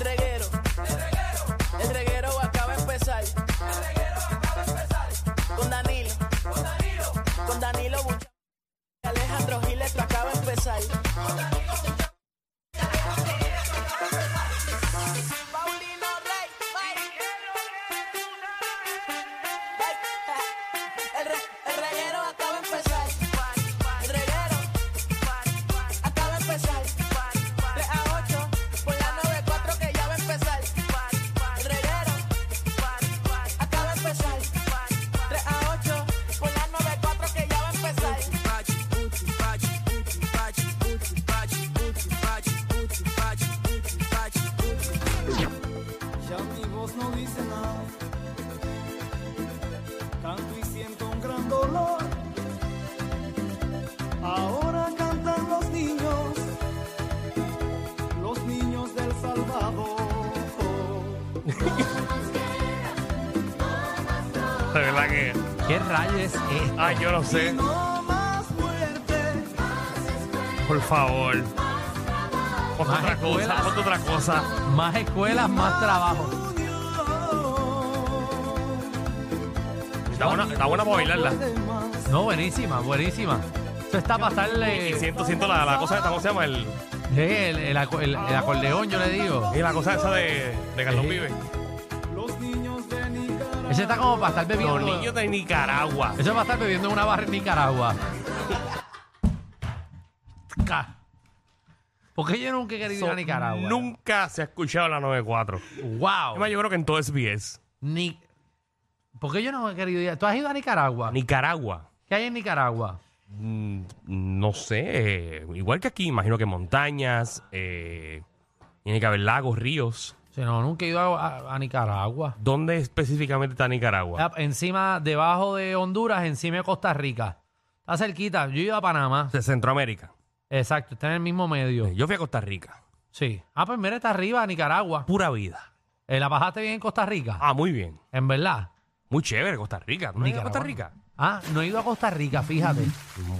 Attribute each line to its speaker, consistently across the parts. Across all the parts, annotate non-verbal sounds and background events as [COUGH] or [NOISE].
Speaker 1: reguero. El reguero acaba de empezar. Con Danilo. Con Danilo Bucha. Alejandro Giles, esto acaba de empezar. Paulino Rey. El re- el reguero acaba de empezar. El reguero acaba de empezar. 3 a 8 por la 94 que ya va a empezar. El reguero acaba de empezar. 3 a 8 por la 94 que ya va a empezar.
Speaker 2: Ya mi voz no dice nada. Canto y siento un gran dolor. Ahora cantan los niños, los niños del Salvador.
Speaker 3: De verdad que.
Speaker 4: ¿Qué rayo es esto?
Speaker 3: Ay, Ah, yo no sé.
Speaker 2: No más muerte,
Speaker 3: Por favor. Ponte
Speaker 4: Más
Speaker 3: otra cosa,
Speaker 4: escuelas.
Speaker 3: ponte otra cosa.
Speaker 4: Más escuelas, más trabajo.
Speaker 2: unión.
Speaker 3: Está buena, está buena para bailarla.
Speaker 2: Puede más.
Speaker 4: No, buenísima, buenísima. Esto está para
Speaker 3: Y
Speaker 4: pasarle
Speaker 3: siento, siento la, la cosa esta, ¿cómo se llama? El,
Speaker 4: Eh, el, el aco- el- el acordeón, yo le digo.
Speaker 3: y la cosa esa de, de Carlos
Speaker 4: Sí.
Speaker 3: Vive.
Speaker 2: Los niños de Nicaragua.
Speaker 4: Ese está como para estar bebiendo.
Speaker 3: Los niños de Nicaragua.
Speaker 4: Eso va a estar bebiendo en una barra en Nicaragua. Ca. ¿Por qué yo nunca he querido ir a Nicaragua?
Speaker 3: Nunca se ha escuchado la 94.
Speaker 4: ¡Wow!
Speaker 3: Además, yo creo que en todo SBS.
Speaker 4: Ni... ¿Por qué yo no he querido ir? a- ¿Tú has ido a Nicaragua?
Speaker 3: Nicaragua.
Speaker 4: ¿Qué hay en Nicaragua?
Speaker 3: Mm, No sé, eh, igual que aquí, imagino que montañas, eh, tiene que haber lagos, ríos.
Speaker 4: O sea, no, nunca he ido a, a- a Nicaragua.
Speaker 3: ¿Dónde específicamente está Nicaragua?
Speaker 4: Ah, Encima, debajo de Honduras, encima de Costa Rica. Está cerquita. Yo he ido a Panamá.
Speaker 3: De Centroamérica.
Speaker 4: Exacto, está en el mismo medio.
Speaker 3: Eh, Yo fui a Costa Rica.
Speaker 4: Sí. Ah, pues mira, está arriba, Nicaragua.
Speaker 3: Pura vida.
Speaker 4: Eh, ¿La bajaste bien en Costa Rica?
Speaker 3: Ah, muy bien.
Speaker 4: En verdad.
Speaker 3: Muy chévere Costa Rica. ¿Tú no has ido a Costa Rica?
Speaker 4: Ah, no he ido a Costa Rica, fíjate.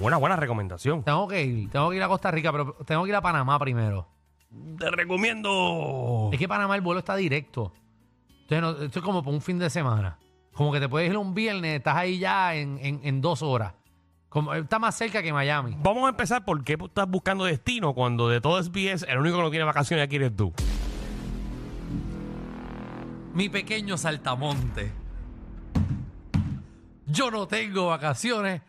Speaker 3: Buena, buena recomendación.
Speaker 4: Tengo que ir, tengo que ir a Costa Rica, pero tengo que ir a Panamá primero.
Speaker 3: Te recomiendo.
Speaker 4: Es que Panamá el vuelo está directo. Entonces, no- esto es como por un fin de semana. Como que te puedes ir un viernes, estás ahí ya en, en- en dos horas. Como, eh, está más cerca que Miami.
Speaker 3: Vamos a empezar por qué estás buscando destino cuando de todo SBS el único que no tiene vacaciones aquí eres tú.
Speaker 4: Mi pequeño saltamonte. Yo no tengo vacaciones,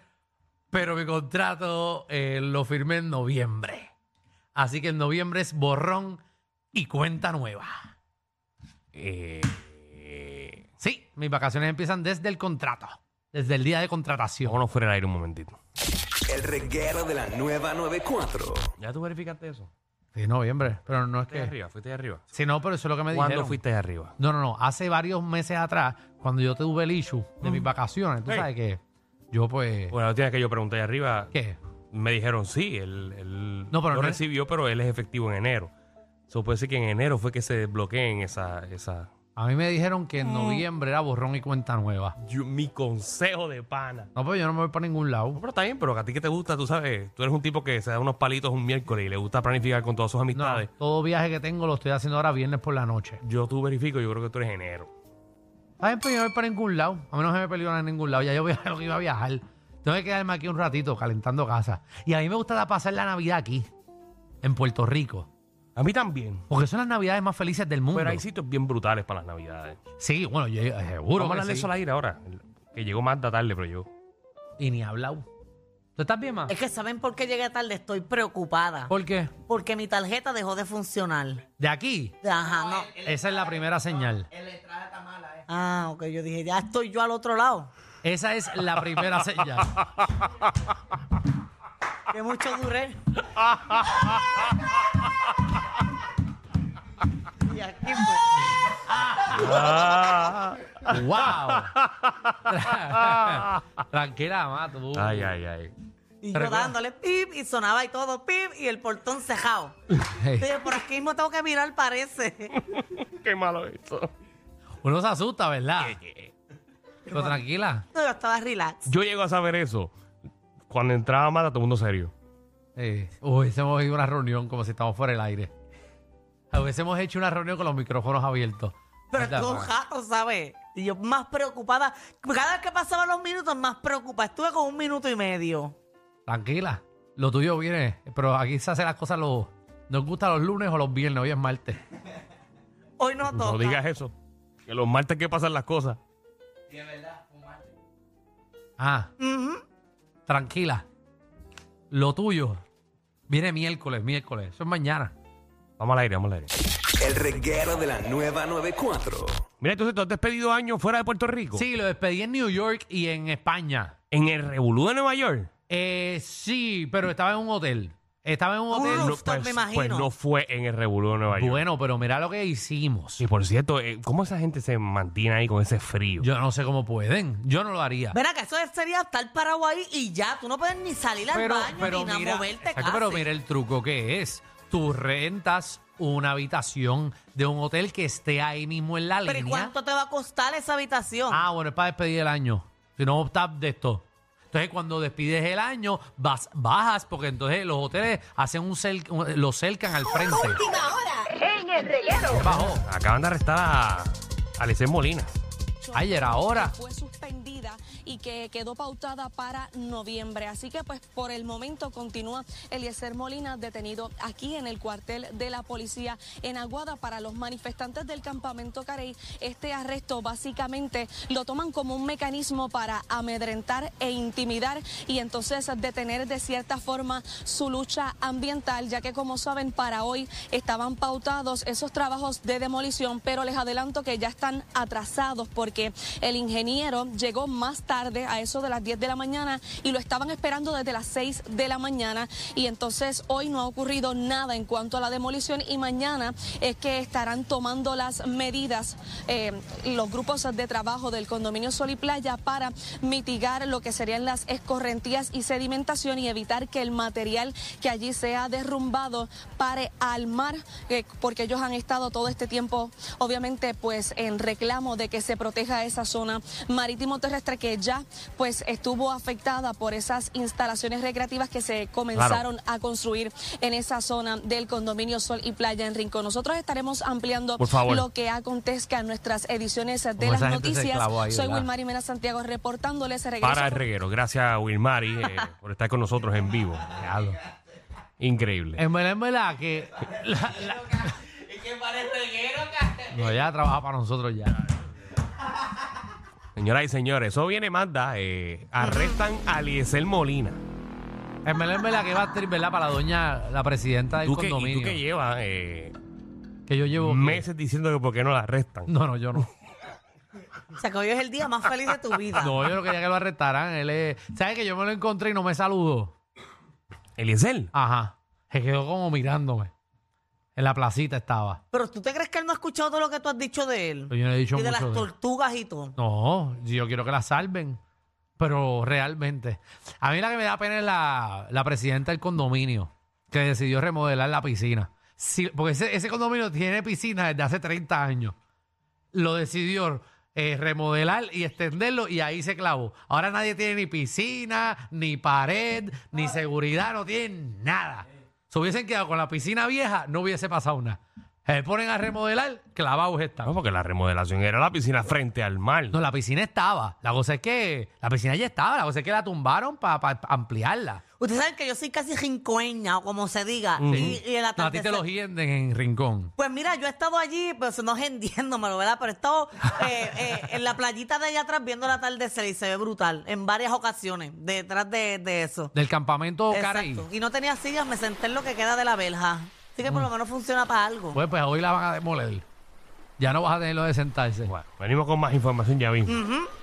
Speaker 4: pero mi contrato eh, lo firmé en noviembre. Así que en noviembre es borrón y cuenta nueva.
Speaker 3: Eh,
Speaker 4: Sí, mis vacaciones empiezan desde el contrato, desde el día de contratación.
Speaker 3: vámonos fuera del aire un momentito.
Speaker 5: El reguero de la nueva 94.
Speaker 3: ¿Ya tú verificaste eso?
Speaker 4: Sí, noviembre, pero no es
Speaker 3: Fuiste de
Speaker 4: que...
Speaker 3: arriba, fuiste de arriba.
Speaker 4: Sí, no, pero eso es lo que me
Speaker 3: ¿Cuándo
Speaker 4: dijeron.
Speaker 3: fuiste de arriba?
Speaker 4: No, no, no. Hace varios meses atrás, cuando yo tuve el issue de mis vacaciones, tú
Speaker 3: Sí.
Speaker 4: sabes que yo pues...
Speaker 3: Bueno, la última vez que yo pregunté de arriba,
Speaker 4: ¿Qué?
Speaker 3: me dijeron sí, él, él
Speaker 4: No, pero
Speaker 3: lo
Speaker 4: no es-
Speaker 3: recibió, pero él es efectivo en enero. Eso puede ser que en enero fue que se desbloqueen esa... esa...
Speaker 4: A mí me dijeron que en noviembre era borrón y cuenta nueva.
Speaker 3: Yo- mi consejo de pana.
Speaker 4: No, pues yo no me voy para ningún
Speaker 3: No,
Speaker 4: lado.
Speaker 3: pero está bien, pero a ti que te gusta, tú sabes, tú eres un tipo que se da unos palitos un miércoles y le gusta planificar con todas sus
Speaker 4: No,
Speaker 3: amistades.
Speaker 4: todo viaje que tengo lo estoy haciendo ahora viernes por la noche.
Speaker 3: Yo tú verifico, yo creo que tú eres enero.
Speaker 4: ¿Sabes? Pues yo no voy para ningún lado. A mí no se me peleó en ningún lado. Ya yo viajé lo que iba a viajar. Tengo que quedarme aquí un ratito calentando casa. Y a mí me gusta pasar la Navidad aquí, en Puerto Rico.
Speaker 3: A mí también.
Speaker 4: Porque son las Navidades más felices del mundo.
Speaker 3: Pero hay sitios bien brutales para las navidades.
Speaker 4: Sí, bueno, yo eh, seguro.
Speaker 3: Vamos a
Speaker 4: que
Speaker 3: hablar de
Speaker 4: sí.
Speaker 3: eso al aire ahora. Que llegó más da tarde, pero yo.
Speaker 4: Y ni hablado. ¿Tú estás bien, ma?
Speaker 6: Es que ¿saben por qué llegué tarde? Estoy preocupada.
Speaker 4: ¿Por qué?
Speaker 6: Porque mi tarjeta dejó de funcionar.
Speaker 4: De aquí,
Speaker 6: Ajá, no.
Speaker 4: esa es la primera señal.
Speaker 6: Ah, ok, yo dije, ya estoy yo al otro lado.
Speaker 4: Esa es la
Speaker 3: [LAUGHS]
Speaker 4: primera señal.
Speaker 6: Que mucho duré. y aquí pues,
Speaker 4: Ah.
Speaker 3: [LAUGHS]
Speaker 4: ¡Wow! Tranquila, ma, tú.
Speaker 3: Ay, ay, ay.
Speaker 6: y yo
Speaker 4: ¿Recuerdas?
Speaker 6: dándole pip y sonaba y todo pip y el portón cejado.
Speaker 4: Hey,
Speaker 6: Dije, por aquí mismo tengo que mirar, parece.
Speaker 3: Qué malo esto.
Speaker 4: Uno se asusta, ¿verdad? Pero tranquila.
Speaker 6: No, yo estaba relax.
Speaker 3: Yo llego a saber eso. Cuando entraba Mata, todo el mundo serio.
Speaker 4: Eh, Uy, se hemos ido a una reunión como si estamos fuera del aire. Hubiésemos hecho una reunión con los micrófonos abiertos.
Speaker 6: Pero
Speaker 4: ¿Verdad,
Speaker 6: tú,
Speaker 4: pana?
Speaker 6: jato, ¿sabes? Y yo más preocupada. Cada vez que pasaban los minutos, más preocupada. Estuve con un minuto y medio.
Speaker 4: Tranquila, lo tuyo viene, pero aquí se hacen las cosas los... Nos gusta los lunes o los viernes, hoy es martes.
Speaker 6: Hoy no toca.
Speaker 3: No digas eso. Que los martes que pasan las cosas.
Speaker 4: Ah,
Speaker 6: Ujú.
Speaker 4: tranquila. Lo tuyo viene miércoles, miércoles. Eso es mañana.
Speaker 3: Vamos al aire, vamos al aire.
Speaker 5: El reguero de la nueva 94.
Speaker 3: Mira, entonces tú has despedido años fuera de Puerto Rico.
Speaker 4: Sí, lo despedí en New York y en España.
Speaker 3: En el Revolú de Nueva York.
Speaker 4: Eh, sí, pero estaba en un hotel. Estaba en un hotel.
Speaker 6: Ah, Rooftop, me imagino.
Speaker 3: pues no fue en el Revolú de Nueva York.
Speaker 4: Bueno, pero mira lo que hicimos.
Speaker 3: Y por cierto, eh, ¿cómo esa gente se mantiene ahí con ese frío?
Speaker 4: Yo no sé cómo pueden. Yo no lo haría.
Speaker 6: Ven acá, eso sería estar parado ahí y ya. Tú no puedes ni salir al baño ni a moverte
Speaker 4: exacto,
Speaker 6: casi.
Speaker 4: pero mira el truco que es. Tú rentas una habitación de un hotel que esté ahí mismo en la
Speaker 6: Pero ¿y
Speaker 4: línea.
Speaker 6: cuánto te va a costar esa habitación?
Speaker 4: Ah, bueno, es para despedir el año. Si no optas de esto. Entonces, cuando despides el año, vas, bajas, porque entonces los hoteles hacen un cer- un- lo cercan al frente. ¿Qué bajó?
Speaker 3: Acaban de arrestar a Alecén Molina.
Speaker 4: Ayer, ahora.
Speaker 7: que fue suspendida y que quedó pautada para noviembre. Así que pues por el momento continúa Eliezer Molina detenido aquí en el cuartel de la policía en Aguada para los manifestantes del campamento Carey. Este arresto básicamente lo toman como un mecanismo para amedrentar e intimidar y entonces detener de cierta forma su lucha ambiental, ya que como saben para hoy estaban pautados esos trabajos de demolición, pero les adelanto que ya están atrasados porque el ingeniero llegó más tarde a eso de las 10 de la mañana y lo estaban esperando desde las 6 de la mañana y entonces hoy no ha ocurrido nada en cuanto a la demolición y mañana es que estarán tomando las medidas eh, los grupos de trabajo del condominio Sol y Playa para mitigar lo que serían las escorrentías y sedimentación y evitar que el material que allí sea derrumbado pare al mar, eh, porque ellos han estado todo este tiempo, obviamente, pues en reclamo de que se proteja esa zona marítimo terrestre que ya pues estuvo afectada por esas instalaciones recreativas que se comenzaron a construir en esa zona del condominio Sol y Playa en Rincón. Nosotros estaremos ampliando
Speaker 3: Por favor.
Speaker 7: lo que acontezca en nuestras ediciones de
Speaker 4: Como
Speaker 7: las
Speaker 4: esa gente se
Speaker 7: noticias.
Speaker 4: clavó ahí,
Speaker 7: Soy
Speaker 4: ¿verdad?
Speaker 7: Wilmar Mena Santiago reportándoles. Regreso
Speaker 3: Para el reguero. Gracias a Wilmari
Speaker 4: [LAUGHS]
Speaker 3: eh, por estar con nosotros en vivo.
Speaker 4: Diablo.
Speaker 3: Increíble.
Speaker 4: En verdad, en verdad, que. la- la- No, ya trabaja para nosotros ya.
Speaker 3: Señoras y señores, eso viene manda. Eh, arrestan a Alecén Molina.
Speaker 4: En verdad, en verdad, que va a estar, ¿verdad? Para la doña, la presidenta del
Speaker 3: ¿Tú que, y tú
Speaker 4: condominio.
Speaker 3: que llevas eh,
Speaker 4: que yo llevo.
Speaker 3: meses diciendo que por qué no la arrestan.
Speaker 4: No, no, yo no.
Speaker 6: O sea, que hoy es el día más feliz de
Speaker 4: [LAUGHS]
Speaker 6: tu vida.
Speaker 4: No, yo no quería que lo arrestaran. Él es... ¿Sabes que yo me lo encontré y no me saludó?
Speaker 3: Eliezer.
Speaker 4: Ajá. Se quedó como mirándome. En la placita estaba.
Speaker 6: Pero tú te crees que él no ha escuchado todo lo que tú has dicho de él.
Speaker 4: Pero yo no he dicho
Speaker 6: y de las
Speaker 4: mucho de él.
Speaker 6: tortugas y todo.
Speaker 4: No, yo quiero que la salven. Pero realmente. A mí la que me da pena es la, la presidenta del condominio, que decidió remodelar la piscina. Sí, porque ese, ese condominio tiene piscina desde hace 30 años. Lo decidió eh, remodelar y extenderlo y ahí se clavó. Ahora nadie tiene ni piscina, ni pared, ni seguridad, no tienen nada. Si hubiesen quedado con la piscina vieja, no hubiese pasado nada. Se ponen a remodelar, clavados están.
Speaker 3: No, porque la remodelación era la piscina frente al mar.
Speaker 4: No, la piscina estaba. La cosa es que la piscina ya estaba. La cosa es que la tumbaron para ampliarla.
Speaker 6: Ustedes saben que yo soy casi rincoeña, o como se diga. Y, y el
Speaker 4: No, a ti te
Speaker 6: atardecer-
Speaker 4: lo hienden en Rincón.
Speaker 6: Pues mira, yo he estado allí, pero se- no gendiéndomelo, ¿verdad? Pero he estado eh, eh, en la playita de allá atrás viendo el atardecer y se ve brutal en varias ocasiones detrás de, de eso.
Speaker 4: Del campamento Carey.
Speaker 6: Exacto. Y no tenía sillas, me senté en lo que queda de la verja. Así que por
Speaker 4: Mm.
Speaker 6: lo menos funciona para algo.
Speaker 4: Pues, pues hoy la van a demoler. Ya no vas a tener lo de sentarse.
Speaker 3: Bueno, venimos con más información ya mismo.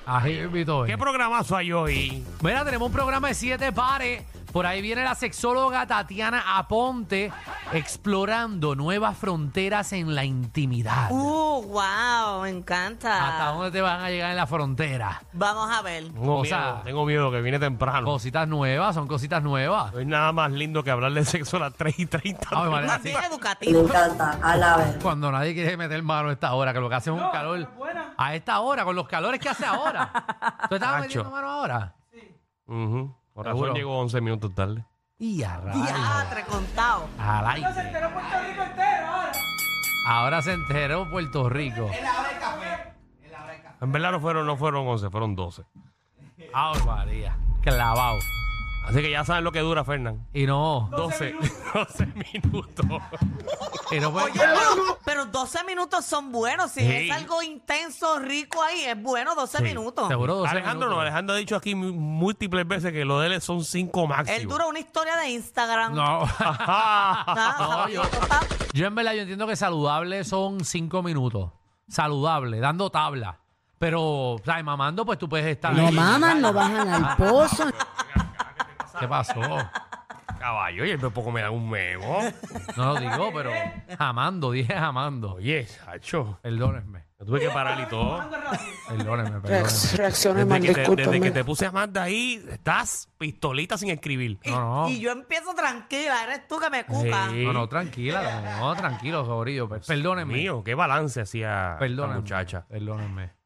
Speaker 4: Ají, invito hoy.
Speaker 3: ¿Qué programazo hay hoy?
Speaker 4: Mira, tenemos un programa de siete pares. Por ahí viene la sexóloga Tatiana Aponte explorando nuevas fronteras en la intimidad.
Speaker 6: Uh, ah. wow,
Speaker 4: ¿Hasta
Speaker 6: me encanta.
Speaker 4: dónde te van a llegar en la frontera?
Speaker 6: Vamos a ver.
Speaker 3: Tengo,
Speaker 4: O
Speaker 3: miedo,
Speaker 4: sea,
Speaker 3: tengo miedo que viene temprano.
Speaker 4: Cositas nuevas, son cositas nuevas.
Speaker 3: No hay nada más lindo que hablar de sexo a las 3 y 30.
Speaker 4: Ay, María,
Speaker 6: Más
Speaker 4: sí.
Speaker 6: bien educativo. [LAUGHS]
Speaker 4: Cuando nadie quiere meter mano a esta hora, que lo que hace es un calor. A esta hora, con los calores que hace ahora. ¿Tú
Speaker 3: Tacho.
Speaker 4: estabas metiendo mano ahora?
Speaker 3: Ujú. Por razón
Speaker 4: Seguro.
Speaker 3: llegó 11 minutos tarde.
Speaker 4: Y a rayos.
Speaker 6: Diatre, contado.
Speaker 4: Al aire. Ahora se enteró Puerto Rico.
Speaker 3: En verdad no fueron, no fueron 11, fueron 12.
Speaker 4: Ahora Ah, María, clavado.
Speaker 3: Así que ya saben lo que dura, Fernán.
Speaker 4: Y no,
Speaker 3: [LAUGHS] 12, 12 minutos.
Speaker 4: y no puede-
Speaker 6: Oye, pero, pero 12 minutos son buenos. Si
Speaker 3: Sí.
Speaker 6: es algo intenso, rico ahí, es bueno 12
Speaker 3: Sí,
Speaker 6: minutos.
Speaker 4: seguro 12
Speaker 3: Alejandro no,
Speaker 4: minutos.
Speaker 3: Alejandro ha dicho aquí mu- múltiples veces que lo de él son 5 máximo. [LAUGHS]
Speaker 6: Él dura una historia de Instagram.
Speaker 4: No. [LAUGHS]
Speaker 6: Ah, o sea,
Speaker 4: No, yo-
Speaker 6: esto está-
Speaker 4: Yo en verdad yo entiendo que saludable son cinco minutos. Saludable, dando tabla. Pero, ¿sabes? Mamando, pues tú puedes estar.
Speaker 8: No
Speaker 4: ahí.
Speaker 8: maman, no bajan al pozo.
Speaker 4: ¿Qué pasó?
Speaker 3: Caballo, y él poco me da un memo.
Speaker 4: No lo digo, pero amando, dije amando.
Speaker 3: Oye, Sacho,
Speaker 4: Perdónenme,
Speaker 3: yo tuve que parar y todo.
Speaker 6: [LAUGHS]
Speaker 4: perdónenme, perdónenme.
Speaker 8: Reacciones
Speaker 3: Desde
Speaker 8: mal,
Speaker 3: que, te, desde que
Speaker 8: discúlpame.
Speaker 3: te puse a Amanda ahí, estás pistolita sin escribir.
Speaker 4: [LAUGHS]
Speaker 6: y,
Speaker 4: No, no.
Speaker 6: y yo empiezo tranquila, eres tú que me cuca.
Speaker 3: Sí.
Speaker 4: No, no, tranquila, no, no, tranquilo, Jorillo. per- Perdónenme.
Speaker 3: Mío, qué balance hacía la
Speaker 4: Perdónenme.
Speaker 3: muchacha.
Speaker 4: Perdónenme.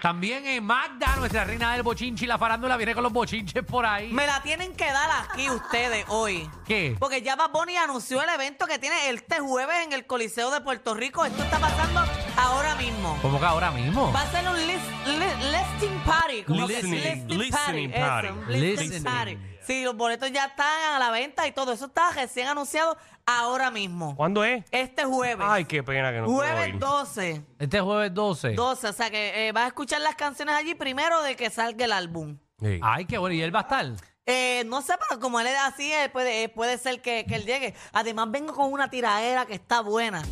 Speaker 4: También en Magda, nuestra reina del bochinchi, la farándula viene con los bochinches por ahí.
Speaker 6: Me la tienen que dar aquí ustedes hoy.
Speaker 4: ¿Qué?
Speaker 6: Porque ya Bad Bunny anunció el evento que tiene este jueves en el Coliseo de Puerto Rico. Esto está pasando ahora mismo.
Speaker 4: ¿Cómo que ahora mismo?
Speaker 6: Va a ser un lis- li- listing party. como que es
Speaker 3: Listening,
Speaker 6: listing
Speaker 3: listening
Speaker 6: party.
Speaker 3: party.
Speaker 6: eso, un listing
Speaker 4: Listening.
Speaker 6: party. Sí, los boletos ya están a la venta y todo. Eso está recién anunciado ahora mismo.
Speaker 3: ¿Cuándo es?
Speaker 6: Este jueves.
Speaker 3: Ay, qué pena que no puedo ir.
Speaker 6: jueves 12.
Speaker 4: Este jueves 12.
Speaker 6: 12. O sea que eh, vas a escuchar las canciones allí primero de que salga el álbum.
Speaker 3: Sí.
Speaker 4: Ay, qué bueno. ¿Y él va a estar?
Speaker 6: Eh, no sé, pero como él es así, él puede, eh, puede ser que, que él llegue. Además, vengo con una tiraera que está buena.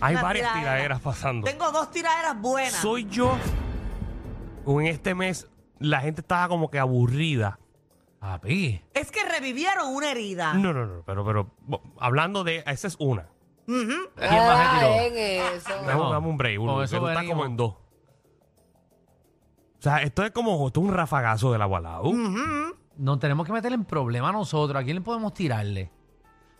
Speaker 3: Hay
Speaker 6: Una
Speaker 3: varias
Speaker 6: tiradera.
Speaker 3: tiraderas pasando.
Speaker 6: Tengo dos tiraderas buenas.
Speaker 3: Soy yo. o En este mes la gente estaba como que aburrida.
Speaker 4: Papi.
Speaker 6: Es que revivieron una herida.
Speaker 3: No, no, no, pero, pero bo- hablando de. Esa es una.
Speaker 4: ¿Quién
Speaker 6: Ah,
Speaker 4: más se tiró?
Speaker 3: Dame, dame un break, uno,
Speaker 4: con
Speaker 3: que
Speaker 4: eso
Speaker 3: tú estás
Speaker 4: venimos.
Speaker 3: como en dos. O sea, esto es como esto es un rafagazo del agualado.
Speaker 4: Nos tenemos que meter en problemas nosotros. ¿A quién le podemos tirarle?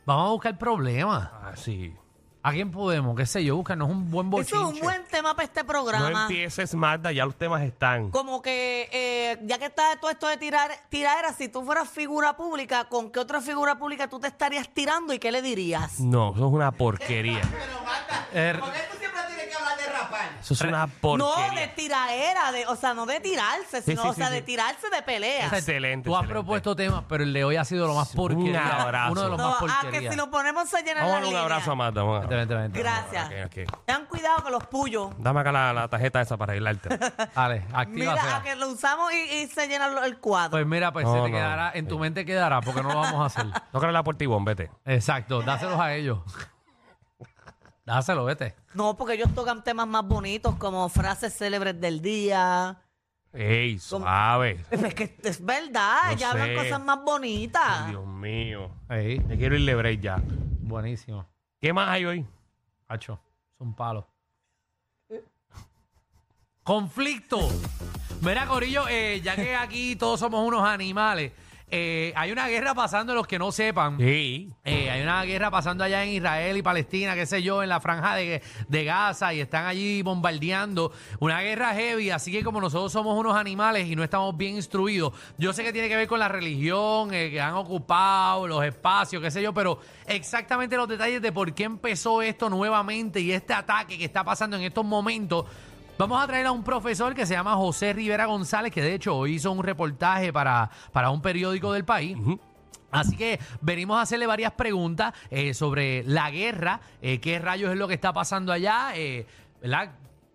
Speaker 4: Vamos a buscar problemas.
Speaker 3: Ah, sí.
Speaker 4: ¿A quién podemos? ¿Qué sé yo? Buscarnos un buen bochinche.
Speaker 6: Eso es un buen tema para este
Speaker 3: No
Speaker 6: programa.
Speaker 3: empieces, Magda, ya los temas están.
Speaker 6: como que eh, ya que está todo esto de tirar tiraderas, si tú fueras figura pública, ¿con qué otra figura pública tú te estarías tirando y qué le dirías?
Speaker 3: No, eso es una porquería.
Speaker 4: Eh,
Speaker 3: Eso es una porquería.
Speaker 6: No, de tiraera, de, o sea, no de tirarse, sino
Speaker 3: sí,
Speaker 6: o
Speaker 3: sí,
Speaker 6: sea,
Speaker 3: sí.
Speaker 6: de tirarse de peleas.
Speaker 3: excelente.
Speaker 4: tú has
Speaker 3: excelente.
Speaker 4: propuesto temas, pero el de hoy ha sido lo más porquería.
Speaker 3: abrazo.
Speaker 4: Uno de los
Speaker 6: No,
Speaker 4: más
Speaker 6: ah, que
Speaker 4: porquería.
Speaker 6: si lo ponemos se llena
Speaker 3: Vamos a
Speaker 6: la
Speaker 3: darle un
Speaker 6: línea.
Speaker 3: abrazo a Magda. vamos a-
Speaker 4: Vente, vente, vente.
Speaker 6: Gracias.
Speaker 3: Ok, ok.
Speaker 6: Ten cuidado con los puyos.
Speaker 3: Dame acá la, la tarjeta esa para [LAUGHS] arreglarte.
Speaker 4: Dale, activa.
Speaker 6: Mira, a que lo usamos y, y se llena lo- el cuadro.
Speaker 4: Pues mira, pues se
Speaker 3: No, eh.
Speaker 4: te
Speaker 3: no.
Speaker 4: quedará, en tu mente quedará, porque no lo vamos
Speaker 3: [LAUGHS]
Speaker 4: a hacer.
Speaker 3: Tócale la puerta y bon, vete.
Speaker 4: Exacto, dáselos a ellos. Dáselo, vete.
Speaker 6: No, porque ellos tocan temas más bonitos como frases célebres del día.
Speaker 3: Ey,
Speaker 6: ¿Cómo?
Speaker 3: suave.
Speaker 6: Es que es verdad,
Speaker 3: No
Speaker 6: ya hablan
Speaker 3: sé.
Speaker 6: cosas más bonitas.
Speaker 3: Dios mío.
Speaker 4: Ahí,
Speaker 3: Me quiero ir lebre ya.
Speaker 4: buenísimo.
Speaker 3: ¿Qué más hay hoy?
Speaker 4: Hacho, es un palo. Conflicto. Mira, Corillo, eh, ya que aquí todos somos unos animales, eh, hay una guerra pasando, los que no sepan.
Speaker 3: Sí.
Speaker 4: Eh, hay una guerra pasando allá en Israel y Palestina, qué sé yo, en la franja de, de Gaza y están allí bombardeando. Una guerra heavy, así que como nosotros somos unos animales y no estamos bien instruidos, yo sé que tiene que ver con la religión, eh, que han ocupado los espacios, qué sé yo, pero exactamente los detalles de por qué empezó esto nuevamente y este ataque que está pasando en estos momentos. Vamos a traer a un profesor que se llama José Rivera González, que de hecho hoy hizo un reportaje para, para un periódico del país. Así que venimos a hacerle varias preguntas eh, sobre la guerra, eh, qué rayos es lo que está pasando allá, eh, ¿verdad?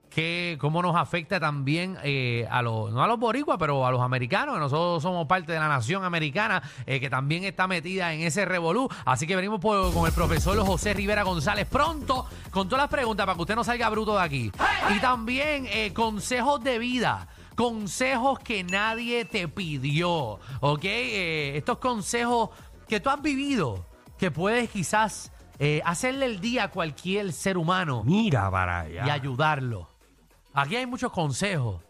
Speaker 4: ¿Qué- ¿Cómo nos afecta también eh, a los, no a los boricuas, pero a los americanos? que Nosotros somos parte de la nación americana eh, que también está metida en ese revolú. Así que venimos por- con el profesor José Rivera González pronto con todas las preguntas para que usted no salga bruto de aquí. Y también eh, consejos de vida. Consejos que nadie te pidió, ¿ok? Eh, estos consejos que tú has vivido, que puedes quizás eh, hacerle el día a cualquier ser humano
Speaker 3: Mira para allá.
Speaker 4: y ayudarlo. Aquí hay muchos consejos.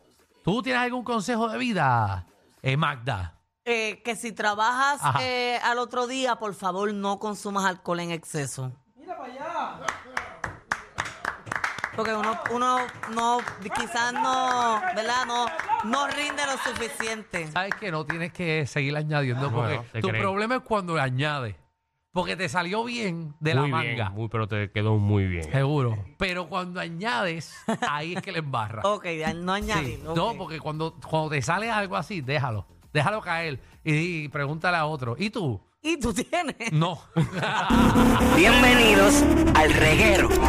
Speaker 4: ¿Tú tienes algún consejo de vida, eh, Magda?
Speaker 6: Eh, que si trabajas
Speaker 4: Ajá.
Speaker 6: eh, al otro día, por favor, no consumas alcohol en exceso. Porque uno, uno no, quizás no, ¿verdad? No, no rinde lo suficiente.
Speaker 4: Sabes que no tienes que seguir añadiendo
Speaker 3: Ah,
Speaker 4: porque
Speaker 3: bueno, te
Speaker 4: tu
Speaker 3: creen.
Speaker 4: problema es cuando añades. Porque te salió bien de la
Speaker 3: muy bien,
Speaker 4: manga.
Speaker 3: muy- pero te quedó muy bien.
Speaker 4: Seguro. Pero cuando añades, ahí es que le embarra.
Speaker 6: Ok, ya no añadir.
Speaker 4: Sí.
Speaker 6: ok.
Speaker 4: No, porque cuando, cuando te sale algo así, déjalo. Déjalo caer. Y, y pregúntale a otro. ¿Y tú?
Speaker 6: Y tú tienes.
Speaker 4: No.
Speaker 1: Bienvenidos al reguero.